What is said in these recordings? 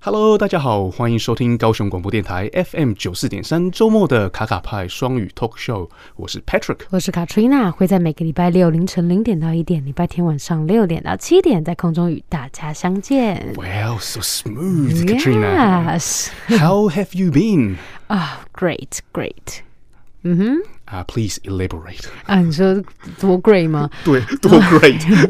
Hello，大家好，欢迎收听高雄广播电台 FM 九四点三周末的卡卡派双语 talk show，我是 Patrick。我是 Katrina，会在每个礼拜六凌晨零点到一点，礼拜天晚上六点到七点，在空中与大家相见。 Wow, so smooth, Katrina. Yes. How have you been? 啊、g r e a t great. Uh, please elaborate. 啊，你说多 great 吗？ 对，多 great！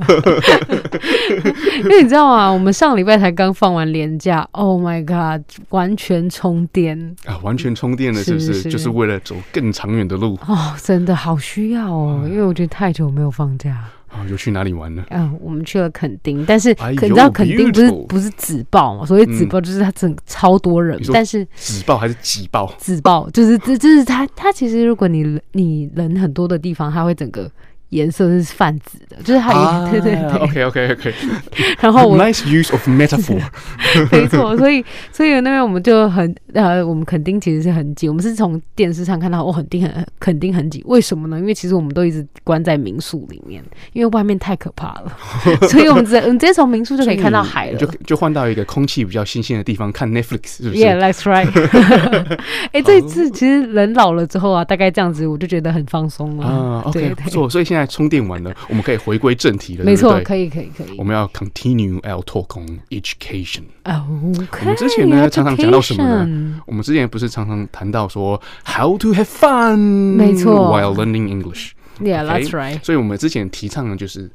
因为你知道吗？我们上礼拜才刚放完年假，Oh my god，完全充电 啊，完全充电了，是不是？是是就是为了走更长远的路哦真的好需要哦，嗯因为我觉得太久没有放假。啊。有去哪里玩呢？嗯，我们去了垦丁，但是哎可你知道呦垦丁不是 beautiful 不是紫爆嘛？所谓紫嗯爆就是它整超多人你，说但是挤爆还是挤爆？自爆，就是这，就是它，它其实如果你人你人很多的地方，它会整个颜色是泛紫的，就是它、啊哎对对对。 ，OK OK OK，然后我 nice use of metaphor 没错，所以所以那边我们就很呃，我们垦丁其实是很挤，我们是从电视上看到哦，垦丁很垦丁很挤，为什么呢？因为其实我们都一直关在民宿里面，因为外面太可怕 了，所以我们直接我们直接从民宿就 可以看到海了就。就换到一个空气比较新鲜的地方看 Netflix，是不是 Yeah, that's right 。哎，这次其实人老了之后啊，大概这样子，我就觉得很放松了。啊对，OK，对不错。所以现在充电完了，我们可以回归正题了，没错对，不可对？以，可以，可以我。们要 continue our talk on education。啊，OK，我们之前呢，常常讲到什么 education 呢？我们之前不是常常谈到说 how to have fun，没错，while learning English。 ？Yeah, OK？ that's right。所以我们之前提倡的就是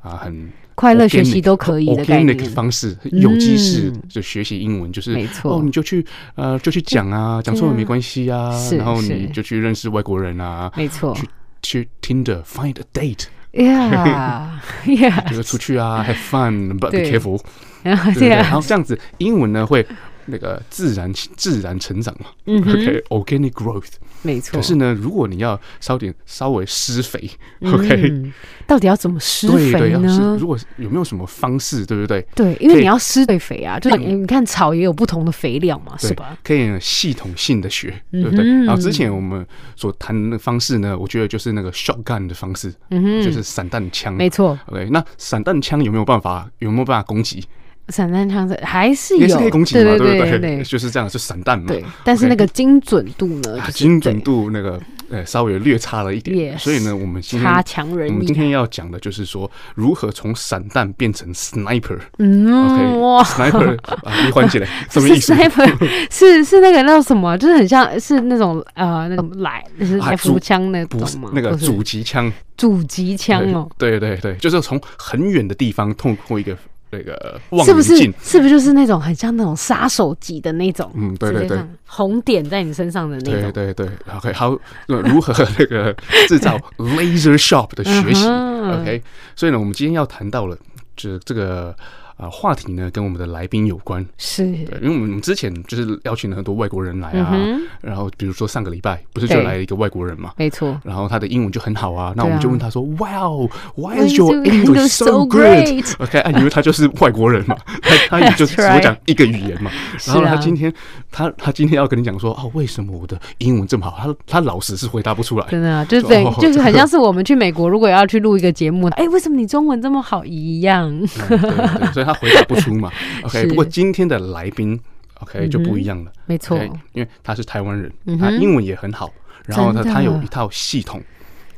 啊，很快乐学习都可以的概 organic 念 organic 方式，有机式嗯就学习英文，就是没错哦，你就去呃，就去讲啊，讲错了没关系啊，是然后是你就去认识外国人啊，没错去去 Tinder find a date， ，Yeah, 就是 Yeah，出 去啊 have fun，but be 对 啊 careful，然后对不对？这然样，后这样子英文呢会那个自然自然成长嘛嗯哼， ，OK，organic growth。没错。嗯可是呢，如果你要稍点稍微施肥，OK，嗯到底要怎么施对肥对，要是呢如？果有没有什么方式，对不对？对，因为可以你要施对肥啊，就是你看草也有不同的肥料嘛，对是吧？可以系统性的学，对不嗯哼对？然后之前我们所谈的方式呢，我觉得就是那个 shotgun 的方式，嗯哼就是散弹枪。没错， OK，那散弹枪有没有办法？有没有办法攻击？散弹枪是还是也是有，可以攻击嘛，对不对对？就是这样，就散弹嘛。对，但是 OK 那个精准度呢，啊就是精准度那个呃稍微略差了一点， Yes，所以呢，我们今天差强人意啊我们今天要讲的就是说，如何从散弹变成 sniper。对嗯哇。 OK，sniper 啊，你缓 起来，什不么是意思？ sniper，是是那个那种什么，就是很像是那种呃那种来就是啊来主福枪那种不是吗？那个不是阻击枪，主机枪哦，对对对，就是从很远的地方透过一个那个望是不远是镜，？是不是就是那种很像那种杀手级的那种？嗯对对直接对上红点在你身上的那对种。对对，OK，好，那如何那个制造 laser shop 的学习嗯哼？OK，所以呢，我们今天要谈到了这这个啊、呃话题呢，跟我们的来宾有关。是对，因为我们之前就是邀请了很多外国人来嗯啊，哼然后比如说上个礼拜不是就对来了一个外国人嘛，没错。然后他的英文就很好啊，那我们对啊就问他说，Wow，why Why is is your your English English so so great？ great？ OK，啊，因为他就是外国人嘛， 他他也就 That's 只 right 讲一个语言嘛。然后呢是啊他今天他他今天要跟你讲说，哦，为什么我的英文这么好？他他老实是回答不出来。真 的、啊，就等、哦就是很像是我们去美国，如果要去录一个节目，哎、为什么你中文这么好一样？嗯对对对，所以他回答不出 嘛。OK，是嗯不过今天的来宾 OK 就不一样了。没错 OK，因为他是台湾人，嗯他哼英文也很好，然后呢，真的他有一套系统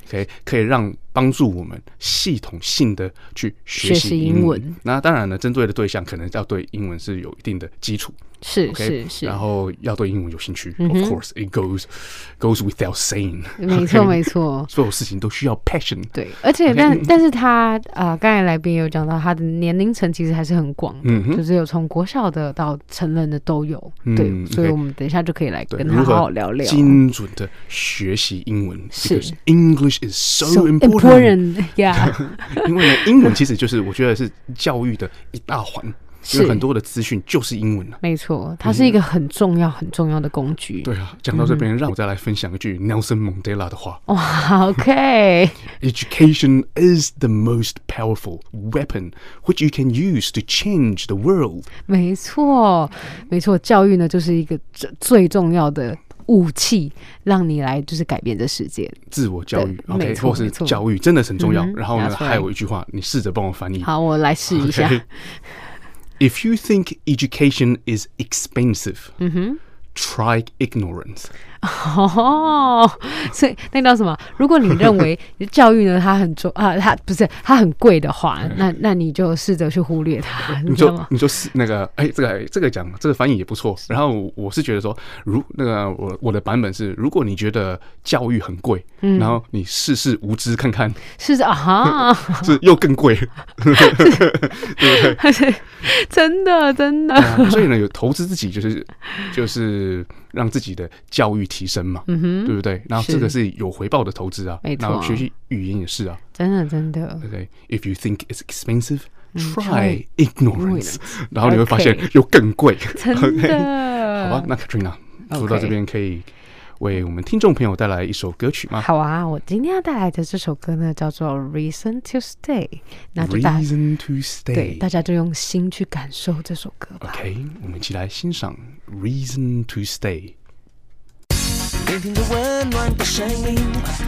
，OK，可以让帮助我们系统性的去学学习习英英文文。那当然呢，针对的对象可能要对英文是有一定的基础是，OK，是是，然后要对英文有兴趣嗯，Of 哼 course it goes goes without saying，没错 OK，没错。所有事情都需要 passion。对，而且 OK 嗯但但是他啊，刚、才来宾也有讲到，他的年龄层其实还是很广的，嗯哼就是有从国小的到成人的都有。嗯对，所以 OK 我们等一下就可以来对，跟如他何好好聊聊。精准的学习英文是，because English is so So important。 important，yeah，因为呢，英文其实就是我觉得是教育的一大环。因为是很多的资讯就是英文了、没错，它是一个很重要、很重要的工具。对啊，讲到这边，让我再来分享一句 Nelson Mandela 的话哇，OK， ：Education is the most powerful weapon which you can use to change the world。没错，没错，教育呢就是一个最最重要的武器，让你来就是改变这世界。自我教育对，OK，没错或是没错教育真的很重要。嗯哼然后呢， that's right 还有一句话，你试着帮我翻译。好，我来试一下。 Okay. If you think education is expensive, try ignorance. 哦，所以那叫什么？如果你认为教育呢，它很重啊，它不是它很贵的话，那那你就试着去忽略它，你嗯你知道就吗？你就是那个，哎、这个这个讲这个翻译也不错。然后我我是觉得说，如那个我我的版本是，如果你觉得教育很贵，嗯然后你试试无知看看，是啊 哈，是又更 贵。真的真的，啊所以呢，有投资自己就是就是让自己的教育提升嘛，对不对？然后这个是有回报的投资啊嗯没，错然后学习语言也是啊，真的真的对，不对？If you think it's expensive, 嗯，try try ignorance， ignorance 然后你会发现 OK 又更贵。 真 OK，的。好吧，那 Katrina 说到嗯 OK 这边可以为我们听众朋友带来一首歌曲吗好啊，我今天要带来的这首歌呢，叫做《Reason to Stay》，那就大？Reason to 对 stay 啊大。家就用心去感受这首歌吧。 OK，我们一起来欣赏《Reason to Stay》。聆听着温暖的声音，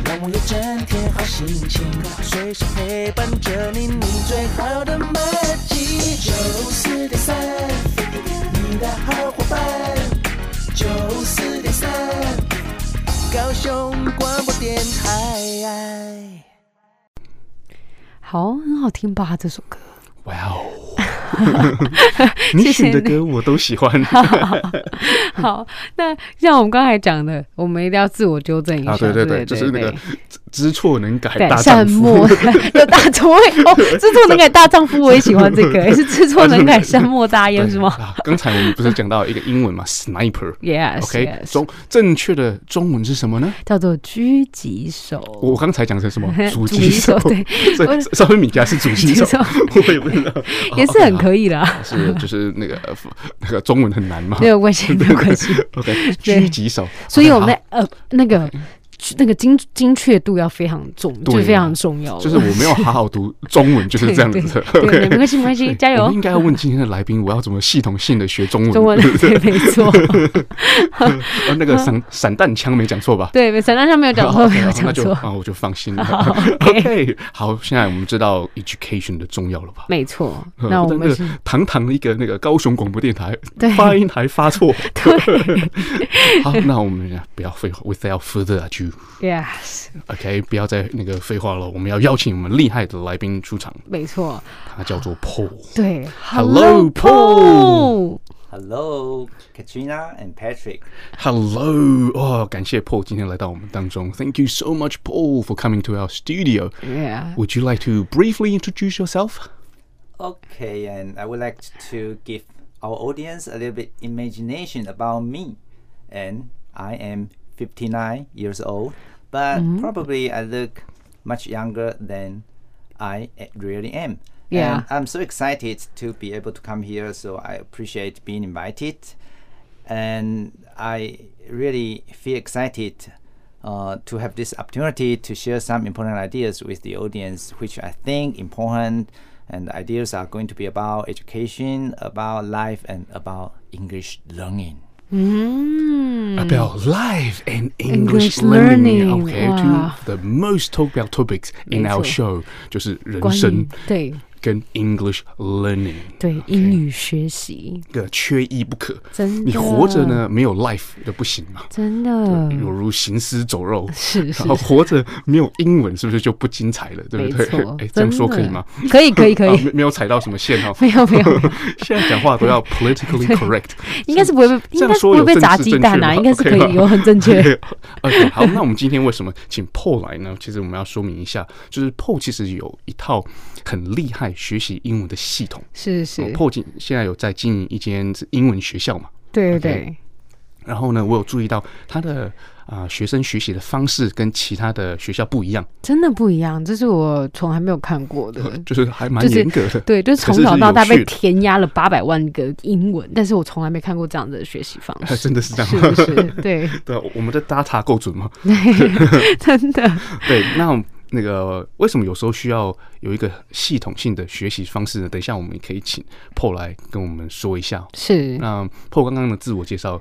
让我有整天好心情，随时陪伴着你，你最好的默契。九四点三，你的好伙伴。九四点三，高雄广播电台。好，很好听吧？这首歌。哇哦！你选的歌我都喜欢嗯好，那像我们刚才讲的，我们一定要自我纠正一下。啊！对对对，就是那个对知知错能改对大丈善夫莫， 有大怎么会哦？知错能改大丈夫，我也喜欢 这个，是知错能改善莫大对焉 是吗啊刚才我们不是讲到一个英文嘛，sniper。 ？Yes，, OK， yes 中正确的中文是什么呢？叫做狙击手。？我刚才讲成什么 主击击手。对， 所以稍微米家是主击手主， 我也不知道， 也是很以。可以啦，是就是那个呃那个中文很难嘛没。有 关系，没有关系。 OK，对狙击手。所以我们好的呃那个那个精精确度要非常重，对就啊是非常重要了。就是我没有好好读中文，就是这样子的。对对，对 OK 没关系，没关系，加我油们应！该要问今天的来宾，我要怎么系统性的学中文？中文对，没错，呃，那个散散弹枪没讲错吧？ 对，没散弹上没有讲好错，没有 好那讲就错，啊，我就放心了。 好 OK，好，现在我们知道 education 的重要了吧？没错。呃 那我但们那是个堂堂的一个那个高雄广播电台对，发音还发错。 对 好，那我们不要废话，without further ado，OK，、 ，yes，不要再那个废话了。我们要邀请我们厉害的来宾出场，没错，他叫 做 Paul。对 Hello, Paul Hello, Katrina and Patrick. Hello，哦，感谢 Paul 今天来到我们当中。Thank you so much, Paul, for coming to our studio. Paul，yeah， Would you like to briefly introduce yourself? Okay, and I would like to give our audience a little bit imagination about me. And I am 59 years old, but probably I look much younger than I a- really am. Yeah. And I'm so excited to be able to come here, so I appreciate being invited. and I really feel excited uh, to have this opportunity to share some important ideas with the audience, which I think important and the ideas are going to be about education, about life, and about English learning. 嗯 About life and English English learning, learning, okay, wow. two the most talked about topics in 没 our 错 show 就是人关于生对跟 English learning，对英语学习，这个缺一不可。真的你活着呢，没有 life 就不行嘛，真的有如行尸走肉。是是然后。活着没有英文，是不是就不精彩了？对没不对错？ 哎，，这样说真的可以吗？？可以，可以，可啊以没。没有踩到什么线哦。没有 没有，现在讲话都要 politically correct，应该是不会被，这应样该是说不会有被政砸治鸡正确蛋啊，吗应该是可 OK 吗以有很 正确。 OK，好，那我们今天为什么请 Paul 来呢？其实我们要说明一下，就是 Paul 其实有一套很厉害学习英文的系统。是是哦，Paul 今现在有在经营一间英文学校嘛？对对 OK 对，然后呢，我有注意到他的啊、学生学习的方式跟其他的学校不一样，真的不一样，这是我从还没有看过的。 就是还蛮就是严格的。对，就嗯可从是小是到有大被趣的填压了八百万个英文，但是我从来没看过这样的学习方 式，真的是这样是不是？对，对啊，我们的 data 够准吗？ 真的，对，那那个为什么有时候需要有一个系统性的学习方式呢？等一下我们可以请 Paul 来跟我们说一下。是那 Paul 刚刚的自我介绍，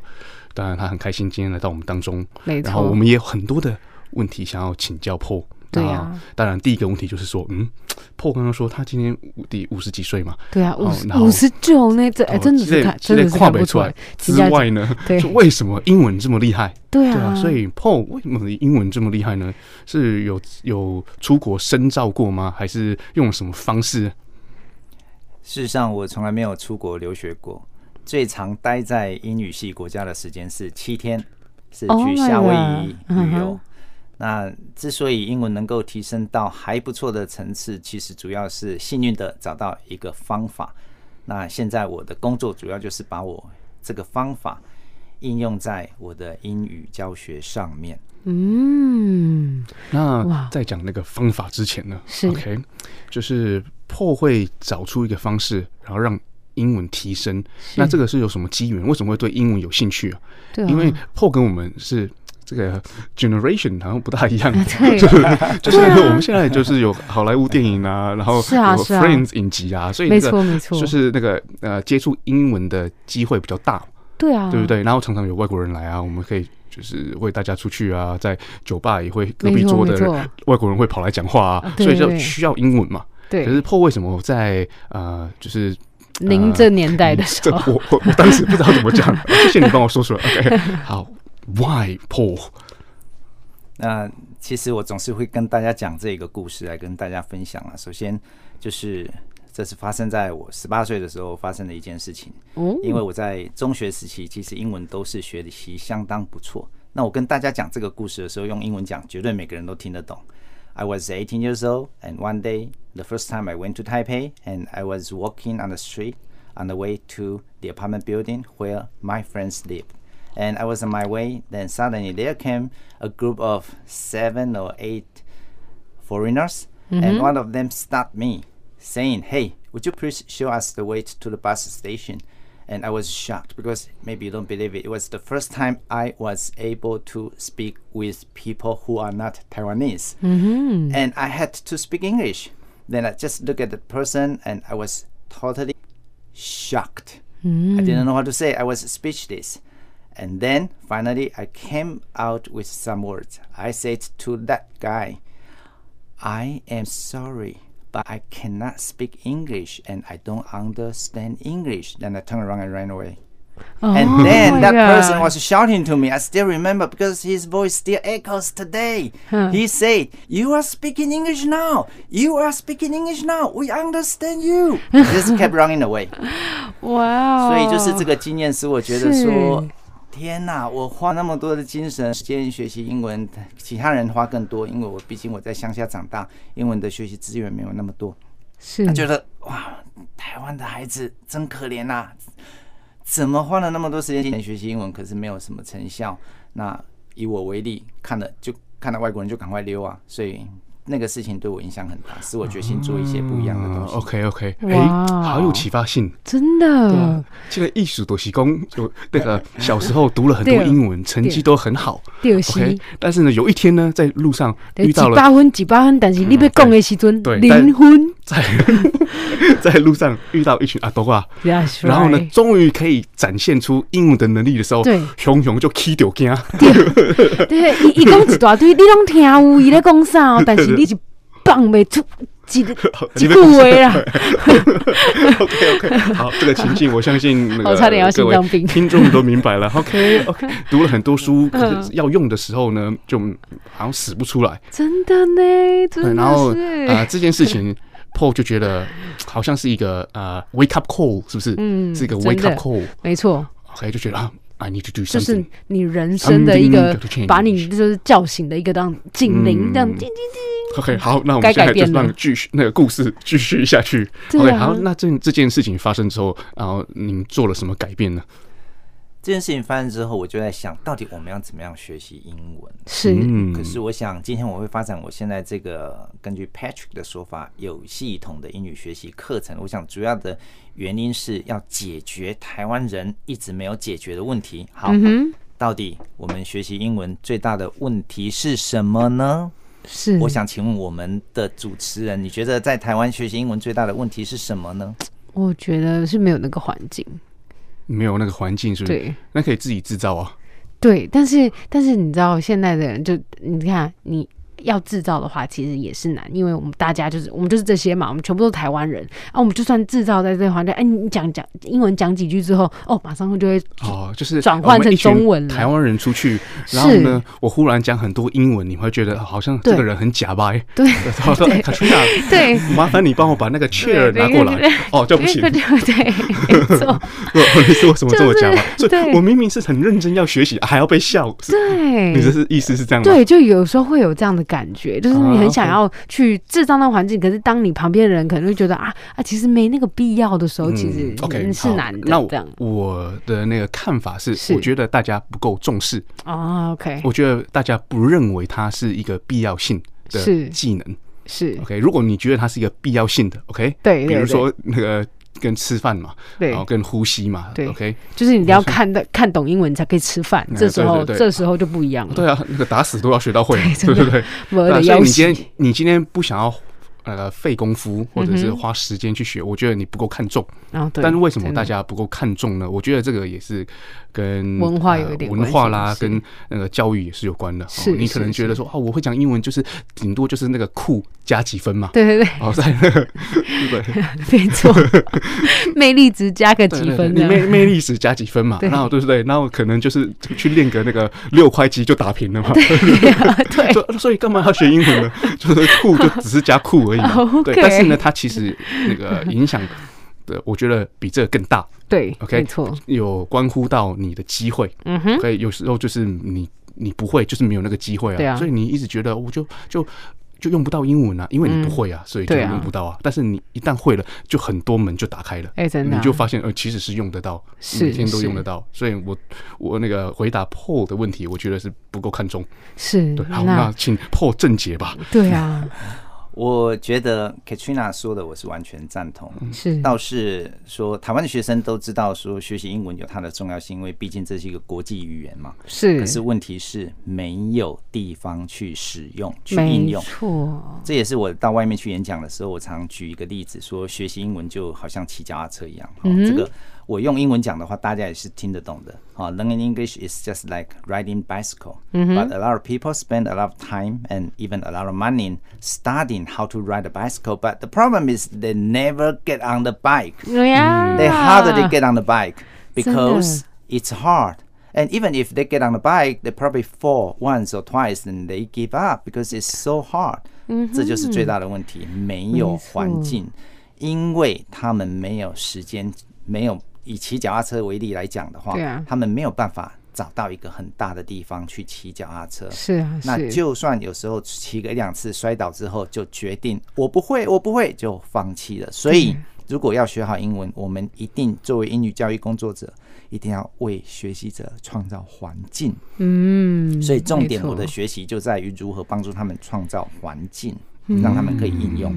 当然他很开心今天来到我们当中，没然后我错。们也有很多的问题想要请教 Paul。对那啊当然第一个问题就是说，嗯，Paul 刚刚说他今年五第五十几岁嘛，对啊，五哦十然后五十九呢，这哎哦真的是这看，这真的是跨看北不出来请之教外呢，对就为什么英文这么厉害？对对啊啊，，所以 Paul 为什么英文这么厉害呢？是有有出国深造过吗？还是用什么方式？事实上，我从来没有出国留学过，最长待在英语系国家的时间是七天，是 Oh 去 my 夏威 God，夷嗯旅游。哼那之所以英文能够提升到还不错的层次，其实主要是幸运的找到一个方法。那现在我的工作主要就是把我这个方法应用在我的英语教学上面。嗯，哇那在讲那个方法之前呢是，OK，就是 Paul 会找出一个方式，然后让英文提升。那这个是有什么机缘？为什么会对英文有兴趣啊？对啊，因为 Paul 跟我们是。这个 generation 好像不大一 样， 啊对就是我们现在就是有好莱坞电影啊，然后有是啊是啊 Friends 影集啊，所以没这错个没错就是那个呃接触英文的机会比较大，对啊，对不？对？然后常常有外国人来啊，我们可以就是为大家出去啊，在酒吧也会隔没壁错桌没的错外国人会跑来讲话啊啊，对所以就对需要英文嘛。可 对，是 Paul 为什么在呃就是您呃这年代的时这 候，我我我当时不知道怎么讲， 谢谢你帮我说出来。OK，好，Why Paul？那其实我总是会跟大家讲这个故事来跟大家分享啊。首先就是这是发生在我十八岁的时候发生的一件事情，哦因为我在中学时期其实英文都是学习相当不错。那我跟大家讲这个故事的时候，用英文讲，绝对每个人都听得懂。I was 18 years old, and one day, the first time I went to Taipei, and I was walking on the street on the way to the apartment building where my friends lived. And I was on my way, then suddenly there came a group of seven or eight foreigners, and one of them stopped me, saying, Hey, would you please show us the way to the bus station? And I was shocked because maybe you don't believe it. It was the first time I was able to speak with people who are not Taiwanese. Mm-hmm. And I had to speak English. Then I just looked at the person and I was totally shocked. I didn't know what to say. I was speechless. And then finally, I came out with some words. I said to that guy, I am sorry, but I cannot speak English and I don't understand English. Then I turned around and ran away. and Oh my then that God. person was shouting to me. I still remember because his voice still echoes today. He said, You are speaking English now. You are speaking English now. We understand you. I just kept running away. 哇哦，所以就是这个经验使我觉得说是，天哪，我花那么多的精神时间学习英文，其他人花更多，因为我毕竟我在乡下长大，英文的学习资源没有那么多。是他觉得哇，台湾的孩子真可怜呐、怎么花了那么多时间学习英文，可是没有什么成效？那以我为例，看了就看到外国人就赶快溜啊，所以那个事情对我影响很大，使我决心做一些不一样的东西。 OK OK，哎、哇嗯好有启发性。真对的啊，现在艺术都是工，就那个小时候读了很多对英文，成绩都很好。六十 OK，但是呢，有一天呢，在路上遇几到了嗯八分几八分，但是你要讲的时阵对，但零分， 在在路上遇到一群阿多啊， That's 然后呢， right 终于可以展现出英文的能力的时候对，熊熊就 k 掉 惊，啊对，伊伊讲一大堆，你拢 听有，伊咧讲啥哦，但是你是放袂出一个一句 话啊啦， OK OK，好，这个情境我相信那个 我差点要心各位脏病嗯听众都明白了。OK OK，读了很多书，可是要用的时候呢，就好像使不出来。真的呢，对真然后呃，的是，这件事情 Paul 就觉得好像是一个呃 wake up call，是不是？嗯是一个真 wake 的 up call。没错， OK，就觉得啊，I need to do 就是 something。嗯你人生的一个 Something got to change 嗯把你就是叫醒的一个当警铃，这样叮叮叮， OK，好，那我该们现在就改变了让继续那个故事继续下去。对啊 OK，好，那这这件事情发生之后，然后您做了什么改变呢？这件事情发生之后，我就在想，到底我们要怎么样学习英文？是嗯，可是我想，今天我会发展我现在这个根据 Patrick 的说法，有系统的英语学习课程。我想主要的原因是要解决台湾人一直没有解决的问题。好，到底我们学习英文最大的问题是什么呢？是，我想请问我们的主持人，你觉得在台湾学习英文最大的问题是什么呢？我觉得是没有那个环境，没有那个环境，是不是对？那可以自己制造啊。对，但是但是你知道现在的人就你看你。要制造的话，其实也是难，因为我们大家就是我们就是这些嘛，我们全部都是台湾人啊。我们就算制造在这个环境，哎、你你讲讲英文讲几句之后，哦，马上 就会哦，就是转换我们一成群中文了台湾人出去，然后呢，我忽然讲很多英文，你会觉得哦好像这个对人很假吧？欸 对我说哎 Katrina，对，麻烦你帮我把那个 chair 对对拿过来 对。哦，这样不行， 对对，没错，不好意思，我什 么这么讲嘛？就所是以对我明明是很认真要学习，还要被笑。是对，你这是意思是这样吗？对，就有时候会有这样的感觉，就是啊你很，OK 想要去制造那个环境，可是当你旁边的人可能会觉得啊啊，其实没那个必要的时候，嗯其实 OK 嗯是好难的。那这样我我的那个看法是，是我觉得大家不够重视，啊，OK，我觉得大家不认为它是一个必要性是的技能。是 OK，如果你觉得它是一个必要性的，OK，对对比如说那个跟吃饭嘛，对然后跟呼吸嘛对，OK，就是你一定要看的看懂英文，你才可以吃饭。这对时对候哎对这时候就不一样了。对啊，那个打死都要学到会嘛， 对真对的对对。我那的所以要你今挟天你今天不想要呃费功夫，或者嗯是花时间去学，我觉得你不够看重。啊，对。但是为什么真大的家不够看重呢？我觉得这个也是跟文化呃有一点文关化系啦，是跟那个教育也是有关的。哦是你可能是觉得是说啊，我会讲英文，就是顶多就是那个酷加几分嘛。对对对，哦，在那个日本没 错，魅力值加个对 几对对分你这魅样。魅力值加几分嘛，对然后对不对？然后可能就是去练个那个六块肌就打平了嘛。 对就所以干嘛要学英文呢？就是酷就只是加酷而已 嘛。 OK 对，但是呢，它其实那个影响的，我觉得比这个更大。对 OK，没错，有关乎到你的机会。嗯哼，可以有时候就是你你不会，就是没有那个机会对啊，啊所以你一直觉得我就就就用不到英文啊，因为你不嗯会啊，所以就对啊用不到啊。但是你一旦会了，就很多门就打开了，哎真的啊你就发现呃其实是用得到，是每天都是用得到。所以我我那个回答 Paul 的问题，我觉得是不够看重。是对，好，那请 Paul 正解吧。对啊，我觉得 Katrina 说的我是完全赞同，是倒是说台湾的学生都知道说学习英文有它的重要性，因为毕竟这是一个国际语言嘛。可是是，问题是没有地方去使用、去应没用。嗯错，这也是我到外面去演讲的时候，我常举一个例子，说学习英文就好像骑脚踏车一样。嗯哦这个我用英文讲的话，大家也是听得懂的。啊、l e a r n i n g English is just like riding bicycle,、but Mm-hmm. a lot of people spend a lot of time and even a lot of money in studying how to ride a bicycle. But the problem is they never get on the bike. 对啊呀， They hardly get on the bike 真的 because it's hard. And even if they get on the bike, they probably fall once or twice and they give up because it's so hard. 这就是最大的问题，没有环境，因为他们没有时间，没有以骑脚踏车为例来讲的话对啊，他们没有办法找到一个很大的地方去骑脚踏车。是啊，那是就算有时候骑个一两次摔倒之后，就决定我不会，我不会，就放弃了。所嗯以，如果要学好英文，我们一定作为英语教育工作者，一定要为学习者创造环境。嗯，所以，重没点错我的学习就在于如何帮助他们创造环境，嗯让他们可以应用。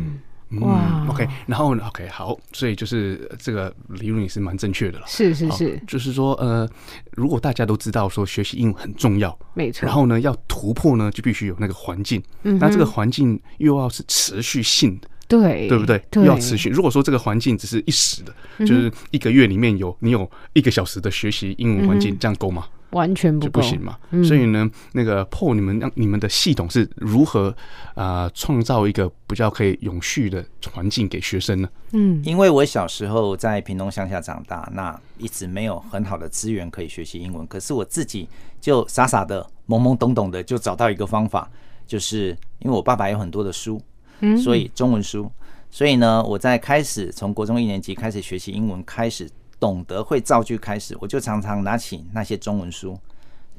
哇嗯，OK，然后呢？OK，好，所以就是呃这个理论也是蛮正确的了。是是好是，就是说，呃，如果大家都知道说学习英文很重要，没错。然后呢，要突破呢，就必须有那个环境。嗯那这个环境又要是持续性的，对嗯对不对？又要持续。如果说这个环境只是一时的，就是一个月里面有你有一个小时的学习英文环境，这样够吗？完全嗯不就够不嗯行嘛。所以呢，那个 PO 你们让你们的系统是如何啊创、造一个比较可以永续的环境给学生呢？嗯因为我小时候在屏东乡下长大，那一直没有很好的资源可以学习英文，可是我自己就傻傻的、懵懵懂懂的就找到一个方法，就是因为我爸爸有很多的书，嗯所以中文书，所以呢，我在开始从国中一年级开始学习英文，开始懂得会造句开始，我就常常拿起那些中文书，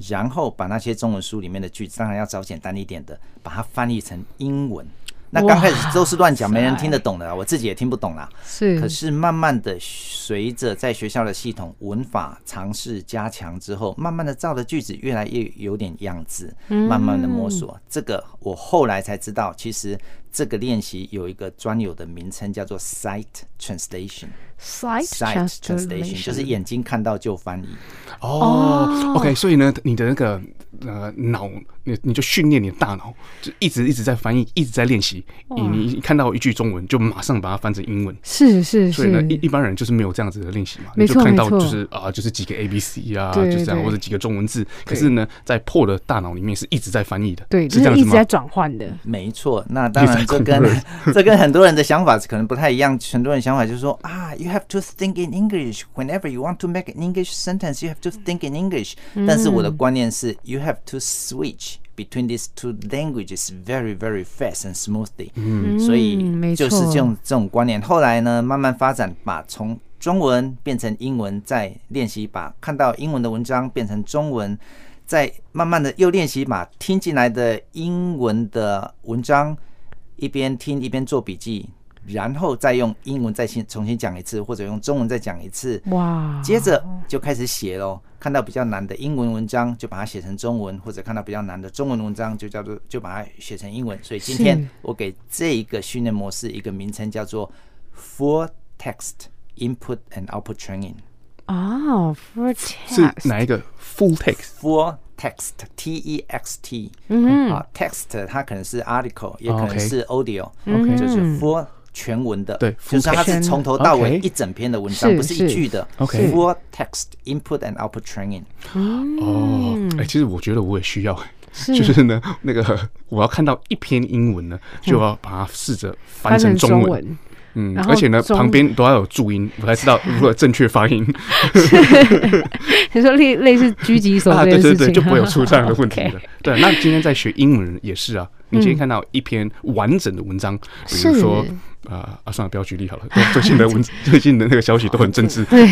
然后把那些中文书里面的句子，当然要找简单一点的，把它翻译成英文。那哇刚开始都是乱讲，没人听得懂的啦，我自己也听不懂啦。是，可是慢慢的，随着在学校的系统文法尝试加强之后，慢慢的造的句子越来越有点样子，慢慢的摸索。这个我后来才知道，其实这个练习有一个专有的名称，叫做 sight translation。 sight sight translation 就是眼睛看到就翻译。哦，OK，所以呢，你的那个呃脑，你你就训练你的大脑，就一直一直在翻译，一直在练习。你你一看到一句中文，就马上把它翻成英文。是是所以呢，一是，一般人就是没有这样子的练习嘛，没你错就看到没错就是啊、就是几个 A B C 啊，对就这样，对或者几个中文字。可是呢，在破的大脑里面是一直在翻译的，对，是就这是样一子直吗在？转换的，没错，那当然这恐怖跟这跟很多人的想法可能不太一样。很多人想法就是说啊，you have to think in English whenever you want to make an English sentence, you have to Mm. think in English、但是我的观念是，you have to switch between these two languages very very fast and smoothly。嗯，所没以错就是这种这种观念。后来呢，慢慢发展，把从中文变成英文，再练习把看到英文的文章变成中文，再慢慢的又练习把听进来的英文的文章一边听一边做笔记，然后再用英文再新重新讲一次，或者用中文再讲一次。哇，接着就开始写喽。看到比较难的英文文章，就把它写成中文；或者看到比较难的中文文章，就叫做就把它写成英文。所以今是天我给这一个训练模式一个名称，叫做 Full Text Input and Output Training。啊 f o r 是哪一个 full text？ Full Text T E X T，嗯啊，text 它可能是 article，也可能 OK 是 audio，就是 full 全文的，对就是 full 它是 text 从头到尾 OK 一整篇的文章，是不是是一句的。 OK Full Text Input and Output Training。哦，嗯哎、其实我觉得我也需要、 是就是呢，那个我要看到一篇英文呢，就要把它试着翻翻成成中中文。文， 嗯，然后而且呢，中旁边都要有注音，我才知道如何正确发 音你说类类似狙击手 啊。这对件对事情，对，就不会有出这样的问题 OK 嗯了。对，啊那今天在学英文也是啊，你今天看到一篇完整的文章，比如是说啊啊，算了，不要举例好了。最近的 文，最近的那个消息都很政治。对，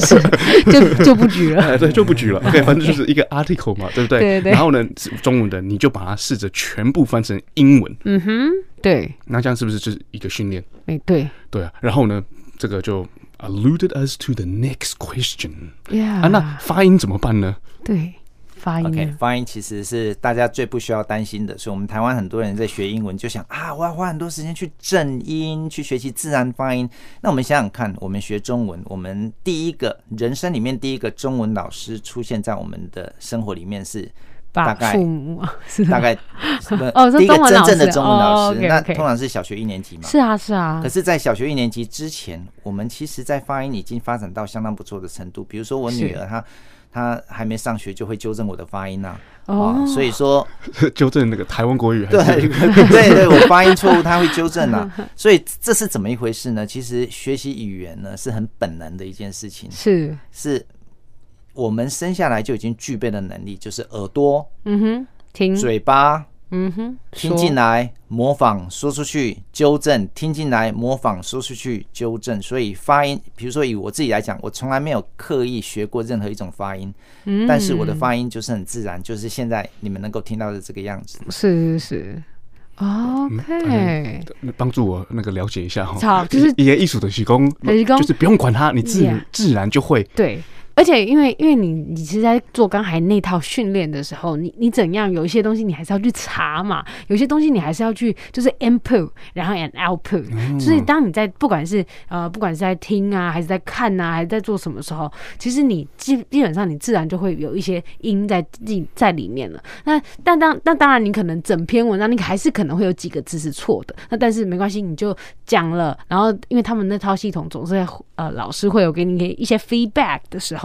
是 就就不 举了。哎，对，就不举了。OK，反正 就是一个 article 嘛，对不对？对对然后呢，是中文的你就把它试着全部翻成英文，嗯哼，对，那这样是不是就是一个训练？没对对啊。然后呢，这个就 alluded us to the next question。啊，那呀，发音怎么办呢？对发音 OK，呢发音其实是大家最不需要担心的，所以我们台湾很多人在学英文就想啊，我要花很多时间去正音，去学习自然发音。那我们想想看，我们学中文，我们第一个人生里面第一个中文老师出现在我们的生活里 面是把大概父母是大啊概哦是第一中个文真老正的师中文老师，哦那，OK，OK 通常是小学一年级嘛。是啊是啊可，是，在小学一年级之前，我们其实，在发音已经发展到相当不错的程度。比如说，我女是儿她她还没上学就会纠正我的发音呐、啊，哦所以说，纠正那个台湾国语还 对是对对，我发音错误她会纠正啊。所以这是怎么一回事呢？其实学习语言呢是很本能的一件事情，是是我们生下来就已经具备的能力，就是耳朵、嗯哼，听嘴巴。嗯哼，听进说来，模仿说出去，纠正；听进来，模仿说出去，纠正。所以发音，比如说以我自己来讲，我从来没有刻意学过任何一种发音，但是我的发音就是很自然，就是现在你们能够听到的这个样子。是是是，OK，帮助我那个了解一下哈好，就是一些艺术的习功，就是说就是不用管它，你自 Yeah 自然就会。对。而且，因为因为你你是在做刚才那套训练的时候，你你怎样有一些东西你还是要去查嘛，有些东西你还是要去就是 input，然后 and output，、所以哦当你在不管是呃不管是在听啊，还是在看啊，还是在做什么时候，其实你基基本上你自然就会有一些音在进在里面了。那但当那当然，你可能整篇文章你还是可能会有几个字是错的，那但是没关系，你就讲了。然后因为他们那套系统总是在呃老师会有给你一些 feedback 的时候，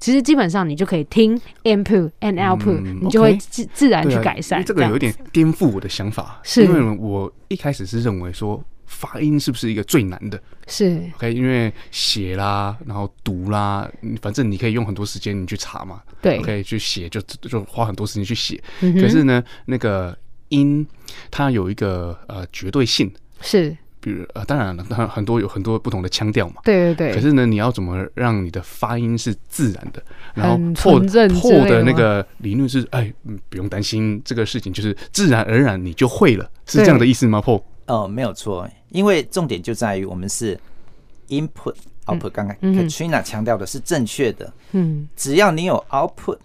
其实基本上你就可以听 input and output，、嗯你就会 OK 自自然对去啊改善。因为这个样有点子颠覆我的想法，是因为我一开始是认为说发音是不是一个最难的是？OK，因为写啦，然后读啦，嗯反正你可以用很多时间你去查嘛。对嗯 OK，去写就就就花很多时间去写。可是呢，那个音它有一个呃绝对性，是，比如呃，当然了，当然很多有很多不同的腔调嘛。对对对。可是呢，你要怎么让你的发音是自然的？然后很破纯正之破类的的那吗个理论是，哎，嗯不用担心这个事情，就是自然而然你就会了，是这样的意思吗？破哦，没有错，因为重点就在于我们是 input output。刚刚 Katrina 强调的是正确的，嗯，只要你有 output，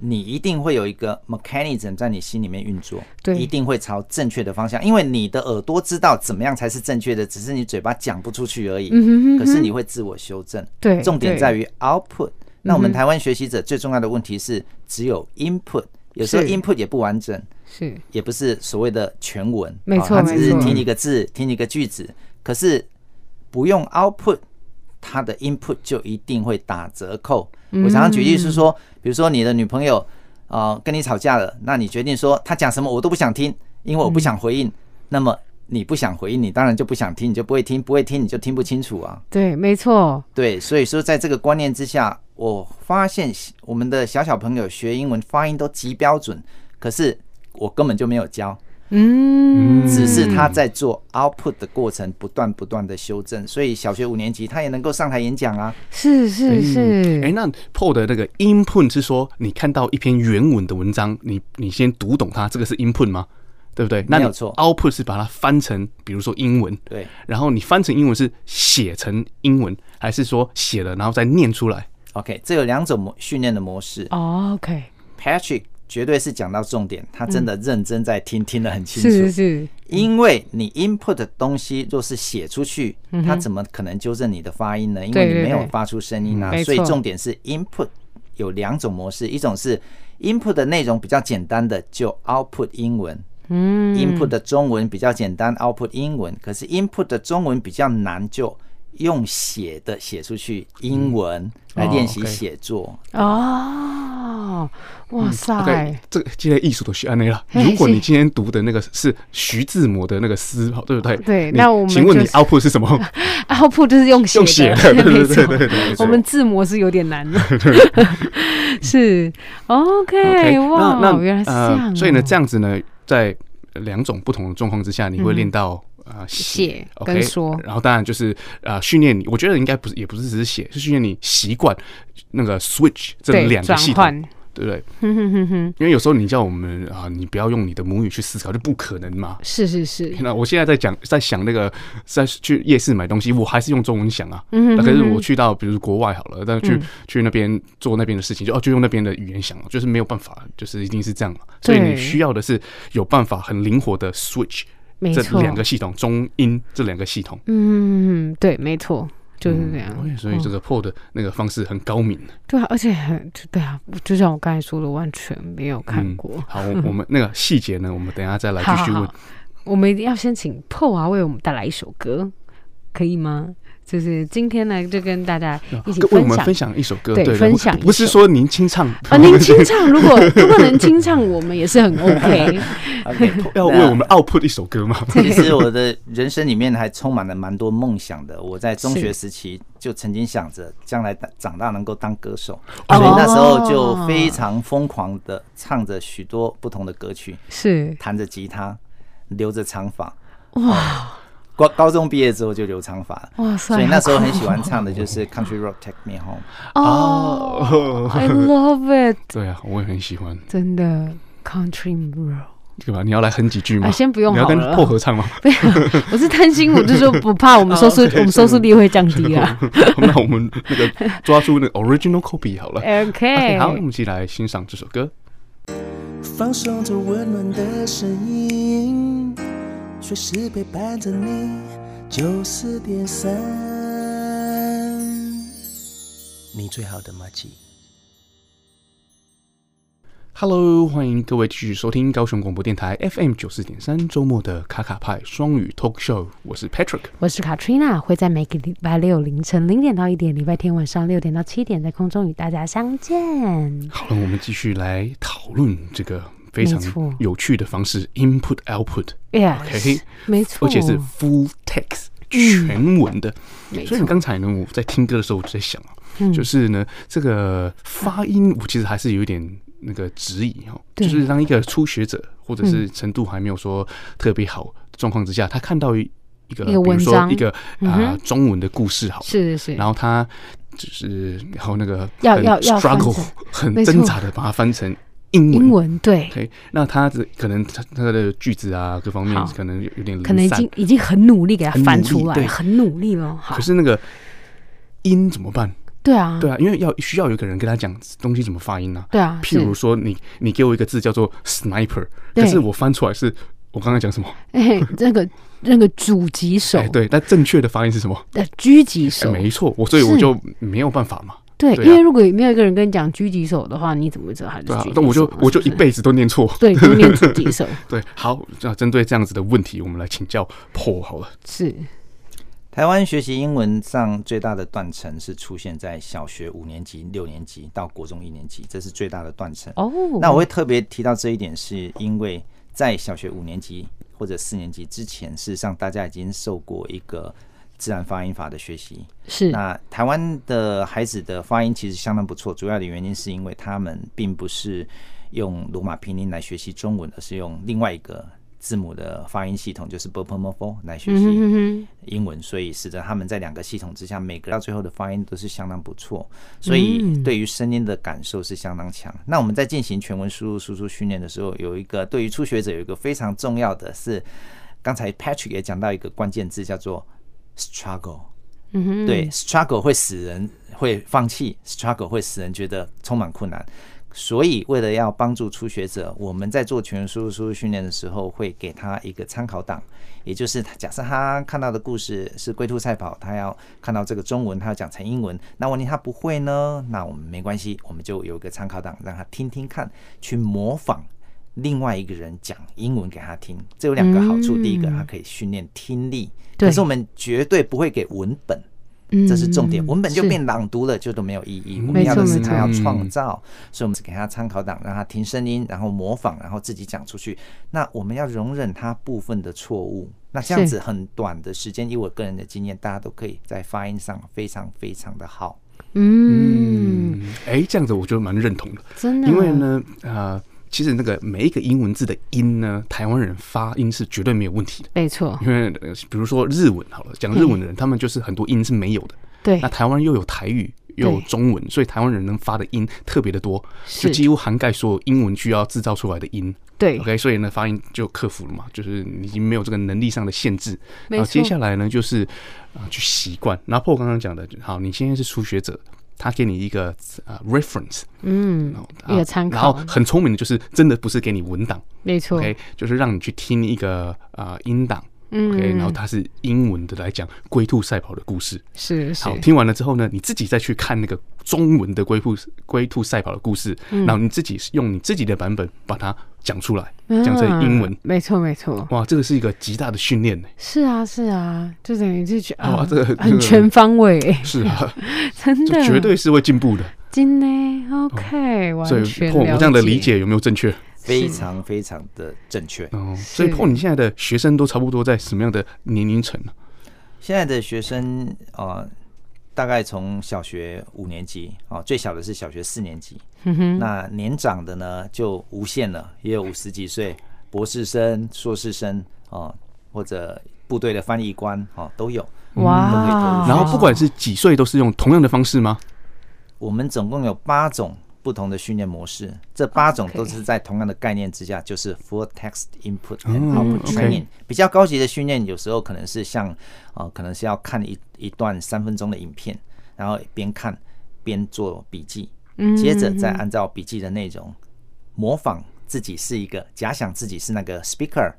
你一定会有一个 mechanism 在你心里面运作，对一定会朝正确的方向，因为你的耳朵知道怎么样才是正确的，只是你嘴巴讲不出去而已。嗯哼哼哼可是你会自我修正。对重点对嗯在于 output。那我们台湾学习者最重要的问题是，只有 input，有时候是 input 也不完整。是也不是所谓的全文，没错啊它只没是错听一个字，听一个句子，可是不用 output，它的 input 就一定会打折扣。嗯我常常举例是说，比如说你的女朋友啊、呃跟你吵架了，那你决定说她讲什么我都不想听，嗯因为我不想回应，那么。你不想回应，你当然就不想听，你就不会听，不会听你就听不清楚啊。对，没错，对，所以说在这个观念之下，我发现我们的小小朋友学英文发音都极标准，可是我根本就没有教，嗯，只是他在做 output 的过程不断不断的修正，所以小学五年级他也能够上台演讲啊。是是是，哎、那 PO 的那个 input 是说，你看到一篇原文的文章，你你先读懂它，这个是 input 吗？对不对？那没你有错 output 是把它翻成，比如说英文，对，然后你翻成英文是写成英文，还是说写了然后再念出来？ OK，这有两种模训练的模式哦，OK， ，Patrick 绝对是讲到重点，他真的认真在听，听得很清楚。嗯是是因为你 input 的东西若是写出去，它怎么可能纠正你的发音呢？因为嗯对你对没有对发出声音啊。没所以错重点是 input 有两种模式，一种是 input 的内容比较简单的就 output 英文，嗯，input 的中文比较简单 output 英文，可是 input 的中文比较难就。用写的写出去英文嗯来练哦习，OK 写作， 是，哦，哇塞，嗯 OK，这个今天艺术都学安内了。哎嘿如果是你今天读的那个是徐志摩的那个诗，哦对不对？对你那我们请问你就是 output 是什 么？ output 啊就是用写用写的 对的，对没对错对对对没错我们字模是有点 难的， 是 OK，哇，那那原来是这样哦、呃，所以呢，这样子呢，在两种不同的状况之下，你会练到。啊，嗯写跟 OK，说然后当然就是啊，呃训练你，我觉得应该不是，也不是只是写，是训练你习惯那个 switch 这对两个转系统，换，对不对？哼哼哼哼，因为有时候你叫我们啊，你不要用你的母语去思考，就不可能嘛。是是是， 那我现在在讲，在想那个，在去夜市买东西，我还是用中文想啊。嗯哼那哼可是哼我去到，比如国外好了，但去、嗯去那边做那边的事情，就哦，就用那边的语言想了，就是没有办法，就是一定是这样嘛。所以对你需要的是有办法很灵活的 switch 没这错，两个系统，中英这两个系统。嗯，对，没错，就是这样。嗯所以这嗯个 PO 的那个方式很高明。对啊，而且很对啊，就像我刚才说的，完全没有看过。嗯好，我们那个细节呢，我们等一下再来好继续好问好。我们一定要先请 PO 啊为我们带来一首歌，可以吗？就是今天呢，就跟大家一起啊跟为我分们享分享一首歌，对对，分享不是一首说您清唱 啊，您清唱，如果 如果能清唱，我们也是很 OK。 OK，要为我们 output 一首歌 吗？ 其实我的人生里面还充满了蛮多梦想的。我在中学时期就曾经想着，将来长大能够当歌手，所以那时候就非常疯狂的唱着许多不同的歌曲，是弹着吉他，留着长发。哇！高高中毕业之后就留长发了，哇塞所以那时候很喜欢唱的就是 Country Road Take Me Home。哦、i love it，对啊，我也很喜欢。真的 Country Road。干嘛？你要来哼几句吗？啊先不用你要好跟了破合唱 吗？不要， 我是担心，我就说不怕 哦我们收视，我们收视率会降低啊。 那我们那个抓住那个 original copy 好了。 哎 OK，好，我们一起来欣赏这首歌。放松着温暖的声音，随时陪伴着你。九四点三，你最好的马吉。 Hello，欢迎各位继续收听高雄广播电台 FM 九四点三周末的卡卡派双语 talk show，我是 Patrick。我是 Katrina，会在每个礼拜六凌晨零点到一点，礼拜天晚上六点到七点，在空中与大家相见。好了，我们继续来讨论这个非常没错有趣的方式 input output。 Yes， OK 没错，而且是 full text 嗯全文的。所以你刚才呢，我在听歌的时候，我就在想啊，嗯就是呢，这个发音我其实还是有一点那个质疑哈，对就是当一个初学者或者是程度还没有说特别好的状况之下，他看到一一个一个比如文说章一个嗯啊哼中文的故事好了，是是然后他。就是，然后那个要很要要翻 struggle 成很没错挣扎的把它翻成英文。英文对， OK，那他只可能他他的句子啊各方面好可能有有点零可能已散经已经很努力给它很努翻力出来，对很努力了。好可，是那个音怎么办？对啊，对啊，因为要需要有一个人跟他讲东西怎么发音啊。对啊譬如是说你你给我一个字叫做 sniper，对可是我翻出来是我刚刚讲什么？哎， 那个那个主击手哎，对，但正确的发音是什么？呃狙击哎手，没错，我所以是我就没有办法嘛。对，对啊因为如果没有一个人跟你讲狙击手的话，你怎么会知道他是对啊狙击，手？那我就我就一是不是辈子都念错。 对，就念狙击手对，好，那针对这样子的问题，我们来请教 Paul 好了。是台湾学习英文上最大的断层是出现在小学五年级、六年级到国中一年级，这是最大的断层。哦。那我会特别提到这一点，是因为在小学五年级或者四年级之前，事实上大家已经受过一个自然发音法的学习。是那台湾的孩子的发音其实相当不错，主要的原因是因为他们并不是用罗马拼音来学习中文，而是用另外一个字母的发音系统，就是 b p m f o 来学习。嗯哼哼英文，所以使得他们在两个系统之下，每个到最后的发音都是相当不错，所以对于声音的感受是相当强。那我们在进行全文输入输出训练的时候，有一个对于初学者有一个非常重要的是，刚才 Patrick 也讲到一个关键字叫做 struggle。嗯哼，对，struggle 会使人会放弃，struggle 会使人觉得充满困难。所以，为了要帮助初学者，我们在做全员输入输入训练的时候，会给他一个参考档，也就是他假设他看到的故事是龟兔赛跑，他要看到这个中文，他要讲成英文。那万一他不会呢？那我们没关系，我们就有一个参考档，让他听听看，去模仿另外一个人讲英文给他听。这有两个好处，第一个，嗯他可以训练听力，对可是我们绝对不会给文本。嗯这是重点。文本就是变朗读了，就都没有意义。我们没要错的是没他要错创造，所以我们只给他参考档，让他听声音，然后模仿，然后自己讲出去。那我们要容忍他部分的错误。那这样是子很短的时间，以我个人的经验，大家都可以在发音上非常非常的好。嗯，哎、这样子我就蛮认同的，真的，因为呢，呃，其实那个每一个英文字的音呢，台湾人发音是绝对没有问题的。没错，因为呃比如说日文好了，讲日文的人，他们就是很多音是没有的。嗯对那台湾又有台语，又有对中文，所以台湾人能发的音特别的多，是就几乎涵盖所有英文需要制造出来的音。对 OK，所以呢，发音就克服了嘛，就是你已经没有这个能力上的限制。没然后接错下来呢，就是啊、去习惯。然后 Paul 刚刚讲的，好，你现在是初学者，他给你一个呃 reference，嗯然后，一个参然后考，很聪明的就是真的不是给你文档没错， ，OK，就是让你去听一个呃音档。嗯 OK，然后它是英文的来讲龟兔赛跑的故事。是是好，听完了之后呢，你自己再去看那个中文的龟兔龟兔赛跑的故事，嗯然后你自己用你自己的版本把它讲出来，讲成英文嗯。没错没错，哇，这个是一个极大的训练呢。是啊是啊，就等于是觉得哇啊这个这个很全方位， 是啊，真这的绝对是会进步的。真的 OK，哦所完以全破我这样的理解解有没有正确？非常非常的正确。哦，所以破你现在的学生都差不多在什么样的年龄层呢？现在的学生呃，大概从小学五年级哦、最小的是小学四年级。那年长的呢，就无限了，也有五十几岁，博士生、硕士生哦、或者部队的翻译官哦、都有。哇，然后不管是几岁，都是用同样的方式吗？我们总共有八种不同的训练模式，这八种都是在同样的概念之下，就是 full text input and 哦 output ，OK training。比较高级的训练，有时候可能是像呃，可能是要看一一段三分钟的影片，然后边看边做笔记，接着再按照笔记的内容模仿自己是一个，假想自己是那个 speaker。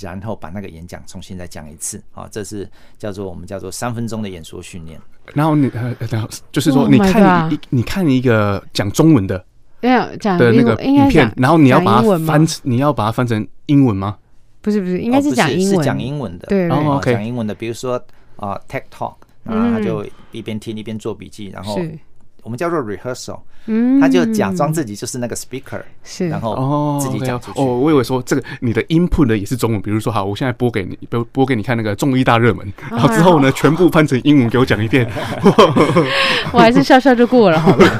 然后把那个演讲重新再讲一次啊，这是叫做我们叫做三分钟的演说训练。然后你呃，然后就是说， Oh 你 my 看 God 一你看一个讲中文的没有讲的那啊英个文应影该片讲，然后你要讲把英它文吗翻，你要把它翻成英文吗？不是不是，应应该讲英文，哦是讲英文的。对对哦啊 OK 讲英文的，比如说啊、呃 tech talk，那他就一边听一边做笔记，然后嗯是，我们叫做 rehearsal，嗯哦他就假装自己就是那个 speaker，是然后哦，自己 OK 讲哦出去。哦，我以为说这个你的 input 呢也是中文，比如说好，我现在播给你播播给你看那个综艺大热门，啊然后之后呢全部翻成英文给我讲一遍， 我还是笑笑就过了，好 吧？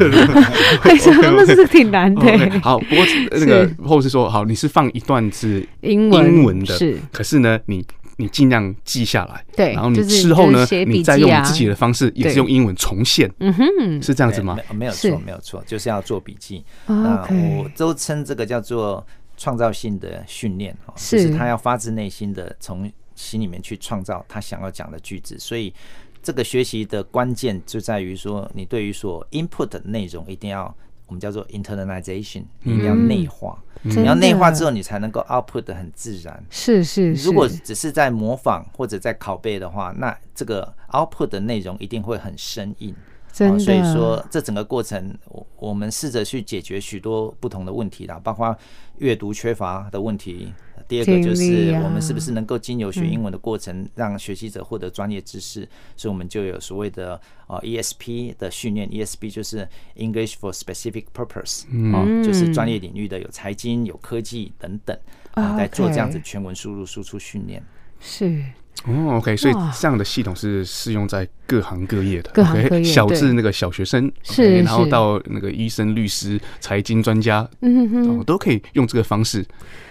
为什么那是挺难的？哦 OK，好，不过呃那个是或者是说，好，你是放一段是英文英文的，是可是呢，你你尽量记下来，对然后你就是事后就呢是，写笔你再记用啊你自己的方式，也对是用英文重现，嗯哼，是这样子吗没？没有是错，没有错，就是要做笔记。哦那 OK 啊我都称这个叫做创造性的训练哦，是就是他要发自内心的从心里面去创造他想要讲的句子，所以。这个学习的关键就在于说，你对于所 input 的内容一定要，我们叫做 internalization，你一定要内化。嗯真你要内化的之后，你才能够 output 的很自然。是是是，如果只是在模仿或者在拷贝的话，那这个 output 的内容一定会很生硬。真哦的，所以说，这整个过程，我我们试着去解决许多不同的问题啦，包括阅读缺乏的问题。第二个就精力是啊我们是不是能够经由学英文的过程，让学习者获得专业知识，所以我们就有所谓的呃 ESP 的训练，ESP 就是 English for Specific Purpose，哦，嗯就是专业领域的有财经、有科技等等，啊，在做这样哦子 OK 全文输入输出训练。是哦，OK，所以哇这样的系统是适用在各行各业的，各行 OK，各业小对至那个小学生，是 OK，然后是到那个医生、律师、财经专家，嗯哼哦，都可以用这个方式。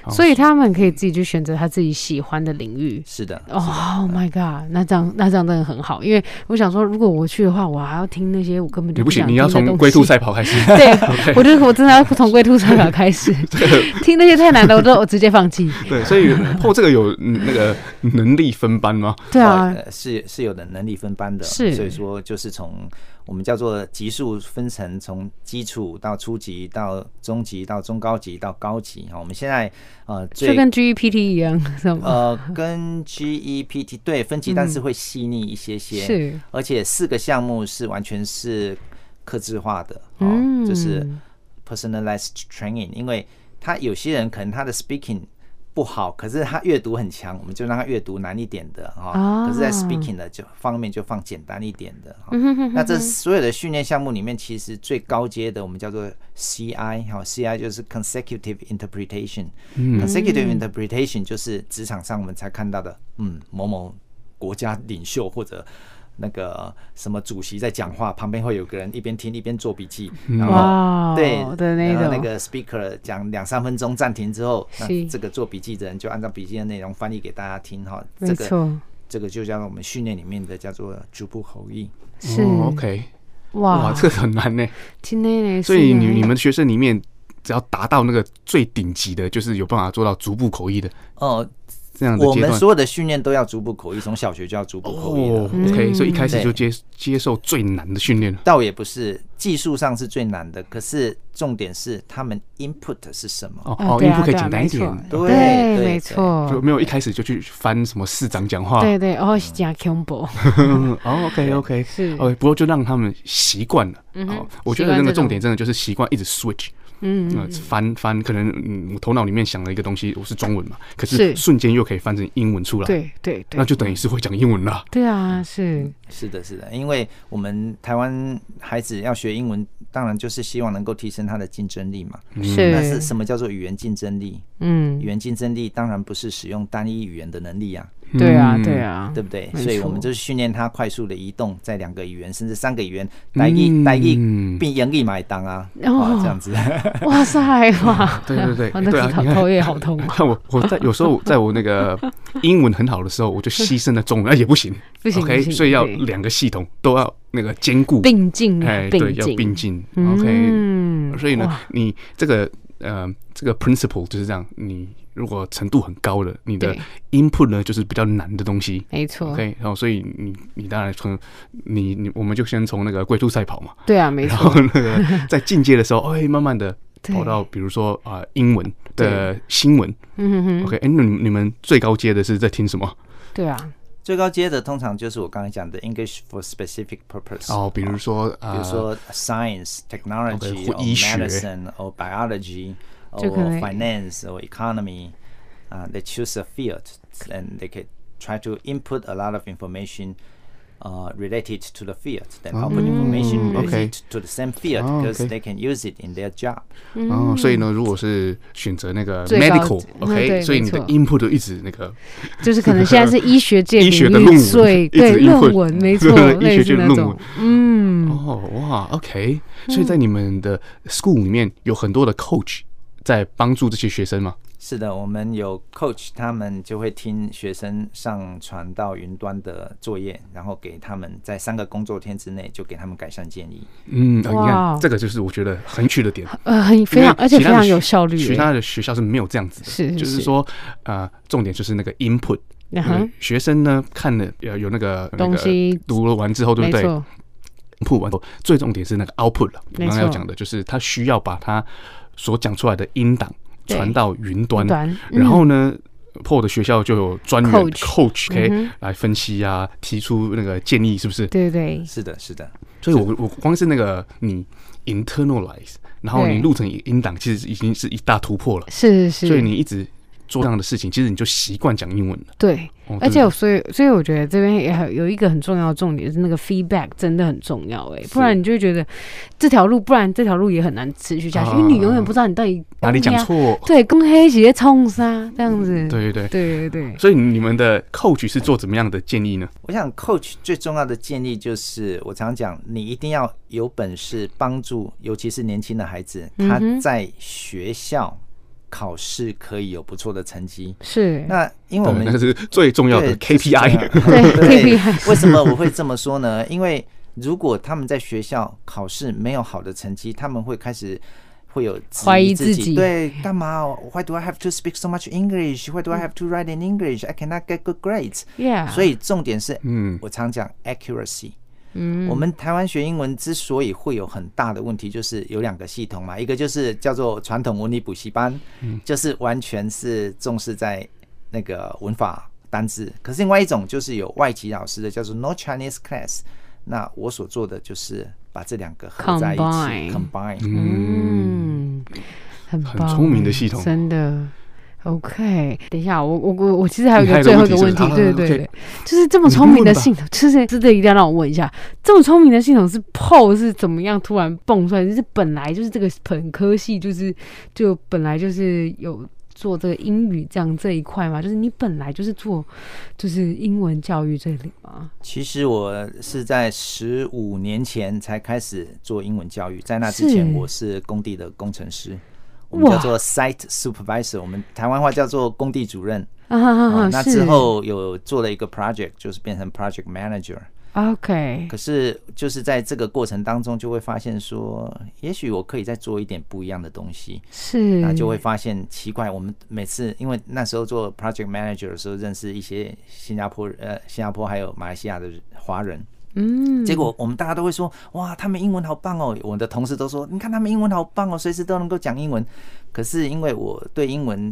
哦所以他们可以自己去选择他自己喜欢的领域。是的，哦、oh my god！那这样那这样真的很好，因为我想说，如果我去的话，我还要听那些我根本就你不想行，听你要的从东龟兔西赛。跑开始。 对，我就我真的要从龟兔赛跑 开始， 听那些太难的，我都我直接放弃。对，所以后这个有嗯那个能力分班吗？对啊，呃、是是有的能力分班的，是所以说就是从我们叫做级数分成，从基础到初级到中级到中高级到高级哈。我们现在呃就最跟 GEPT 一样，是哦吗？呃跟 GEPT 对分级，但是会细腻一些嗯些，是而且四个项目是完全是克制化的，哦，嗯就是 personalized training，因为他有些人可能他的 speaking 不好，可是他阅读很强，我们就让他阅读难一点的哈、啊可是在 speaking 的就方面就放简单一点的哈、那这所有的训练项目里面，其实最高阶的我们叫做 CI 哈、c i 就是 consecutive interpretation、consecutive interpretation 就是职场上我们才看到的，嗯，某某国家领袖或者。那个什么主席在讲话，旁边会有个人一边听一边做笔记，然哇后哦对哦的那然后那种个 speaker 讲两三分钟暂停之后，那是这个做笔记的人就按照笔记的内容翻译给大家听哈。没这个错，这个就叫我们训练里面的叫做逐步口译。是哦，OK，哇，哇，啊这个很难呢。今天呢，所以是你呢你们学生里面，只要达到那个最顶级的，就是有办法做到逐步口译的哦，这样的我阶们段。所有的训练都要逐步口译，从小学就要逐步口译哦了。嗯，OK，所以一开始嗯对就接接受最难的训练了。倒也不是技术上是最难的，可是重点是他们 input 是什么。哦啊哦，对音啊符可以对啊简单没一错点，对对，对没对就错，没有一开始就去翻什么市长讲话。对对，哦，是讲 combo，嗯哦，OK OK，是 OK，不过就让他们习惯了。嗯哼哦，我觉习得惯那个这种重点真的就是习惯一直 switch，嗯，呃翻翻，可能嗯我头脑里面想了一个东西，我是中文嘛，可是是瞬间又可以翻成英文出来，，对对对那，就等于是会讲英文 了。对啊，是是的，是的，因为我们台湾孩子要学英文，当然就是希望能够提升他的竞争力嘛。嗯嗯那是是，什么叫做语言竞争力？嗯语，言竞争力当然不是使用单一语言的能力啊，对啊嗯对啊，对不对？没所以我们错就是训练他快速的移动，在两个语言甚至三个语言，台语、台语并英语买单啊，嗯嗯哦啊这样子。 哇塞哇，对 对对哇对哦那啊头你看 头也好痛啊看我，我在有时候在我那 个英文很好的时候，我就牺牲了中文，啊也不行，不 o 行不 k 行所以要对两个系统都要那个兼顾，并进啊哎，对，要进并进，OK，嗯，所以呢哇，你这个呃，这个 principle 就是这样。你如果程度很高的，你的对哦 input 呢就是比较难的东西。没错， OK，然后所以你你当然从你你我们就先从那个龟兔赛跑嘛，对啊，没然错后，那 个在进阶的时候，哎，慢慢的对跑到比如说啊、英文的新闻。嗯哼哼， OK，哎，那你们你们最高阶的是在听什么？对啊，最高阶的通常就是我刚才讲的 English for specific purpose，哦，比如说啊，比如说 science、 OK， technology、或医学 medicine、or biology、就 or 可能 finance、or economy，啊、t h e y choose a field and they can try to input a lot of information。Uh, related to the field, then 啊 output 嗯 information Mm, okay. related to the same field Oh, because okay. they can use it in their job. 哦，所以呢，如果是选择那个嗯最高 medical，OK，、嗯对所以你的没错 input 就一直那个就是可能现在是医学界医学的领域论文最一直对一直论会，文，没错 医类学似界的那论种文，嗯，哦，哇，OK，所以在你们的 school 里面有很多的 coach 在帮助这些学生嘛？是的，我们有 coach，他们就会听学生上传到云端的作业，然后给他们在三个工作天之内就给他们改善建议。嗯，呃你哇看这个就是我觉得很有趣的点，呃，很非因常，为而且其非他的常学有效率其耶。他的学校是没有这样子的，是是就是是说，呃，重点就是那个 input，呃嗯哼，学生呢看了有有那个东西那个读了完之后，对没不对错， ？input 完之后，最重点是那个 output 了。我没刚刚要错讲的就是他需要把他所讲出来的音档对传到云端，短，然后呢？破的学校就有专员嗯 Coach coach 可嗯以哼来分析啊，提出那个建议，是不是？对对是的，是的，所以我我光是那个你 internalize，然后你对录成音档，其实已经是一大突破了。是是，所以你一直做这样的事情，其实你就习惯讲英文了。对，哦而对且我所以所以我觉得这边也很有一个很重要的重点是那个 feedback 真的很重要哎、不然你就会觉得这条路，不然这条路也很难持续下去，因为你永远不知道你到底啊哪里讲公黑啊，错？对，公黑直接冲杀这样子，对对对。对对对，所以你们的 coach 是做怎么样的建议呢？我想 coach 最重要的建议就是，我常讲，你一定要有本事帮助，尤其是年轻的孩子，他嗯哼在学校考试可以有不错的成绩。是那因为我对们那是最重要的哦对这是这 KPI。 样对为什么我会这么说呢？因为如果他们在学校考试没有好的成绩，他们会开始。会有质怀疑自自己对，干嘛？Why do I have to speak so much English? Why do I have to write in English? I cannot get good grades. yeah，所以重点是，嗯我常讲 accuracy。嗯我们台湾学英文之所以会有很大的问题，就是有两个系统嘛，一个就是叫做传统文理补习班，嗯就是完全是重视在那个文法单字；可是另外一种就是有外籍老师的，叫做 No Chinese Class。那我所做的就是把这两个合在一起 Combine combine 嗯，很很棒聪明的系统真的。OK，等一下，我我我我其实还有一你还个有个最后一个问问题题是不，是对啊对，OK 对，就是这么聪明的系统，就是真的一定要让我问一下，这么聪明的系统是 PO 是怎么样突然蹦出来？就是本来就是这个本科系，就是就本来就是有做这个英语这样这一块嘛，就是你本来就是做就是英文教育这里嘛，其实我是在十五年前才开始做英文教育，在那之是前我是工地的工程师，我们哇叫做 site supervisor，我们台湾话叫做工地主任。啊哈哈啊哈，那是之后有做了一个 project，就是变成 project manager。 OK，可是就是在这个过程当中，就会发现说，也许我可以再做一点不一样的东西。是那就会发现奇怪，我们每次因为那时候做 project manager 的时候，认识一些新加坡呃新加坡还有马来西亚的华人，嗯，结果我们大家都会说，哇，他们英文好棒哦！我的同事都说，你看他们英文好棒哦，随时都能够讲英文。可是因为我对英文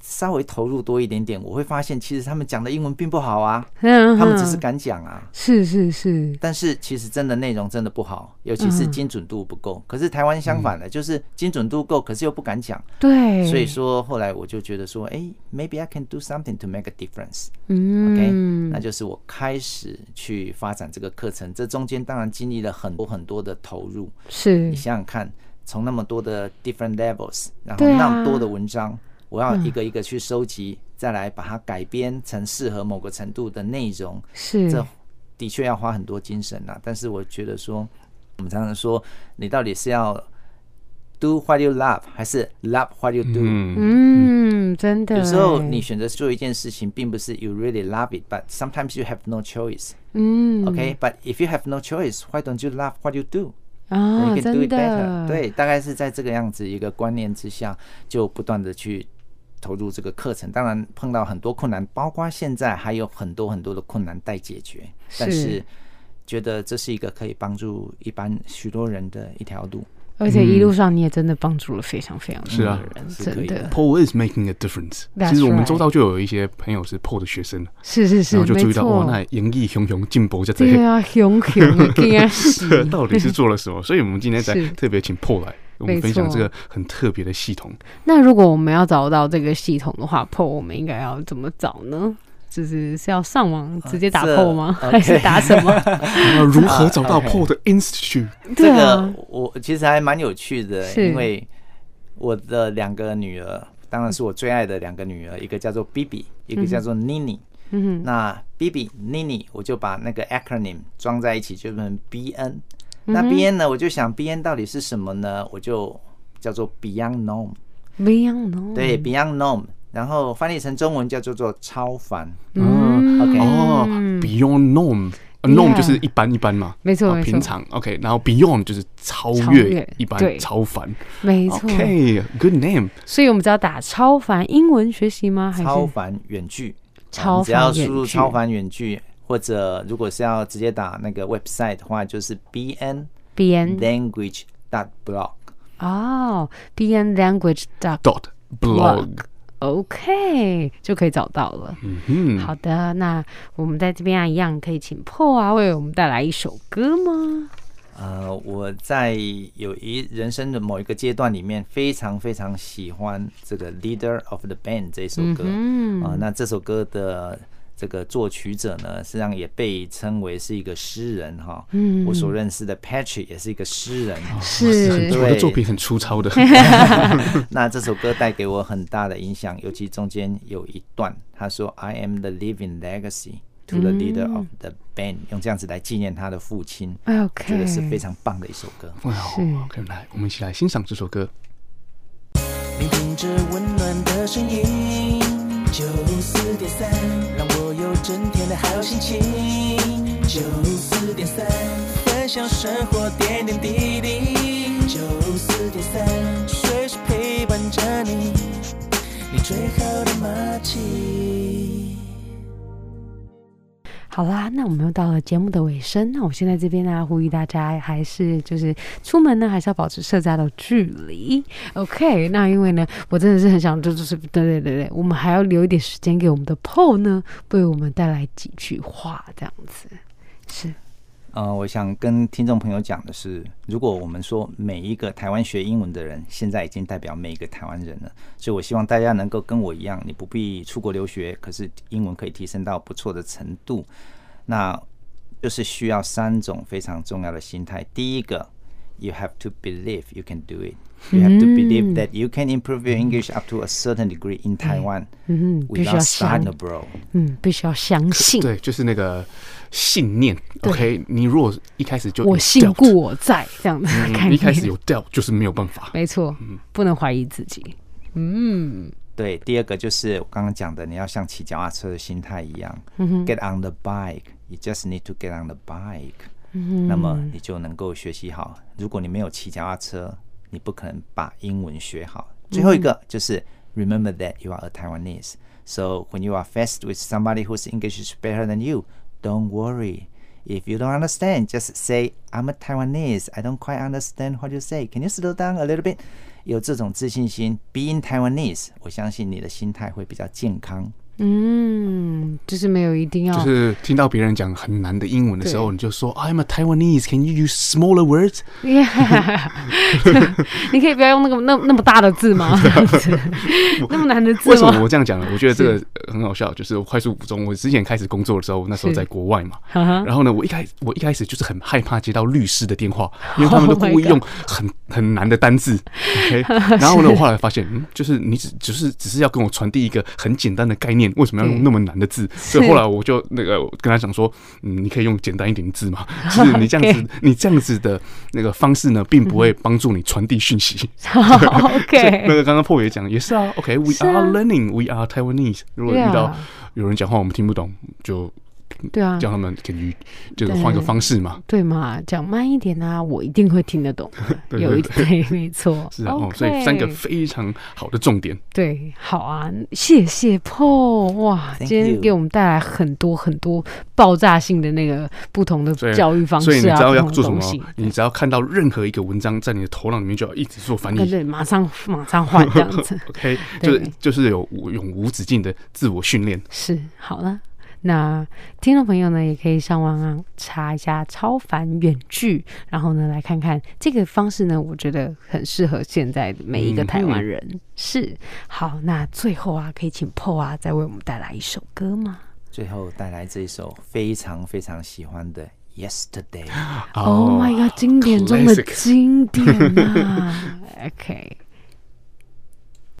稍微投入多一点点，我会发现其实他们讲的英文并不好啊，他他们只是敢讲啊。嗯是是是，但是其实真的内容真的不好，尤其是精准度不够。可是台湾相反的，就是精准度够，可是又不敢讲。对，所以说后来我就觉得说，哎，maybe I can do something to make a difference。OK，嗯那就是我开始去发展这个课程，这中间当然经历了很多很多的投入。是你想想看，从那么多的 different levels，然后对啊那么多的文章，我要一个一个去收集，再来把它改编成适合某个程度的内容，是这的确要花很多精神啊。但是我觉得说，我们常常说，你到底是要 do what you love，还是 love what you do？、嗯，嗯，真的欸。有时候你选择做一件事情，并不是 you really love it，but sometimes you have no choice。嗯 Okay, but if you have no choice, why don't you love what you do? 啊， you can do 真 it better. 的对，大概是在这个样子一个观念之下，就不断的去投入这个课程。当然碰到很多困难，包括现在还有很多很多的困难待解决，但是是觉得这是一个可以帮助一般许多人的一条路。而且一路上你也真的帮助了非常非嗯常是多啊的人，是可真以的 Paul is making a difference。 That's 其实我们周遭就有一些朋友是 Paul 的学生，是是是，然后就注没意到哇，错，那演技熊熊进步就这对 样，啊，熊 熊竟然是到底是做了什么？所以我们今天才是特别请 Paul 来，我们没分享错这个很特别的系统。那如果我们要找到这个系统的话，PO 我们应该要怎么找呢？就是是要上网直接打啊这 PO 吗？ OK 还是打什么？那如何找到啊 ，OK Paul 的 Institute？对这啊个，我其实还蛮有趣的，是因为我的两个女儿，当然是我最爱的两个女儿，一个叫做 BB，一个叫做 Nini。嗯，那 BB、Nini，我就把那个 acronym 装在一起，就变成 BN。那 BN 呢，我就想 BN 到底是什么呢？我就叫做 Beyond Norm。 Beyond No，对，Beyond Norm，然后翻译成中文叫做做超凡。嗯 OK 哦，Beyond Norm。呃 norm 就是一般一般嘛，没错啊没错平常 OK，然后 Beyond 就是超超越越一般，对超凡。没错。 OK，good name。所以我们只要打超凡英文学习吗？还超是凡远距，超呃你只要凡远输入距超凡远距，或者如果是要直接打那个 website 的话，就是 bn B N language dot blog。哦，B N Language dot dot blog。 OK 就可以找到了。嗯，好的，那我们在这边啊，一样可以请破啊为我们带来一首歌吗？呃，我在有一人生的某一个阶段里面，非常非常喜欢这个 Leader of the Band 这首歌。嗯啊、那这首歌的这个作曲者呢，实际上也被称为是一个诗人哈。嗯，我所认识的 Patrick 也是一个诗人。是我的作品很粗糙 的。 那这首歌带给我很大的影响，尤其中间有一段，他说 “I am the living legacy to the leader of the band”，、用这样子来纪念他的父亲，嗯 OK，觉得是非常棒的一首歌。哇哦，OK，来，我们一起来欣赏这首歌。聆听着温暖的声音，九四点三，让我有整天的好心情。九四点三，分享生活点点滴滴。九四点三，随时陪伴着你，你最好的默契。好啦，那我们又到了节目的尾声。那我现在这边呢、啊呼吁大家还是就是出门呢，还是要保持社交的距离。OK，那因为呢，我真的是很想，就就是对对对对，我们还要留一点时间给我们的 PO 呢，为我们带来几句话，这样子是呃，我想跟听众朋友讲的是，如果我们说每一个台湾学英文的人，现在已经代表每一个台湾人了，所以我希望大家能够跟我一样，你不必出国留学，可是英文可以提升到不错的程度。那就是需要三种非常重要的心态。第一个，you have to believe you can do it。You have to believe that you can improve your English up to a certain degree in Taiwan 嗯必须要 without 相 studying abroad。嗯，必须要相信，对，就是那个信念。OK，你如果一开始就有我信 doubt，故我在这样的嗯概念。你一开始有嗯 doubt 就是没有办法。没错，不能怀疑自己。对，第二个就是我刚刚讲的，你要像骑脚踏车的心态一样、g e t on the bike，you just need to get on the bike，、那么你就能够学习好。如果你没有骑脚踏车，你不可能把英文学好。最后一个就是 remember that you are a Taiwanese。So when you are faced with somebody whose English is better than you, don't worry. If you don't understand, just say I'm a Taiwanese. I don't quite understand what you say. Can you slow down a little bit? 有这种自信心，being Taiwanese，我相信你的心态会比较健康。嗯，就是没有一定要，就是听到别人讲很难的英文的时候，你就说 I'm a Taiwanese. Can you use smaller words? Yeah 你可以不要用那个那那么大的 字吗？这样子那么难的字为什么 吗？我这样讲呢？我觉得这个呃很好笑，就是我快速补充。我之前开始工作的时候，那时候是在国外嘛，哈哈然后呢，我一开我一开始就是很害怕接到律师的电 话，因为他们都故意 Oh my 用很很难的单字。OK，然 后呢，我后来发现，嗯，就是你只只是只是要跟我传递一个很简单的概念，为什么要用那么难的 字？所以后来我就那个我跟他讲说，嗯，你可以用简单一点的 字嘛，就是你这样子，你这样子的那个方式呢，并不嗯会帮助你传递讯 息。所以 那 OK，个刚刚破也讲也是啊，OK，we、啊 are learning，we are Taiwanese。如果遇 Yeah 到有人讲话我们听不懂，就对啊，叫他们 can you 就是换个方式嘛。对嘛，讲慢一点啊，我一定会听得懂的。 对对有一 对，没错，是啊，哦， OK 所以三个非常好的重点。对，好啊，谢谢 Paul，哇， Thank 今天 you 给我们带来很多很多爆炸性的那个不同的所以教育方式所以啊，你知道要不做什同的么东西，你只要看到任何一个文章在你的头脑里面，就要一直做翻 对译。。啊对，马上马上换这样子 OK， 对就是就是有无永无止境的自我训练。是，好了，那听众朋友呢，也可以上网啊查一下超凡远距，然后呢来看看这个方式呢，我觉得很适合现在的每一个台湾嗯人。是，好，那最后啊，可以请 PO 啊再为我们带来一首歌吗？最后带来这一首非常非常喜欢的《Yesterday》。 Oh my god，经典中的 classic 经典啊！OK，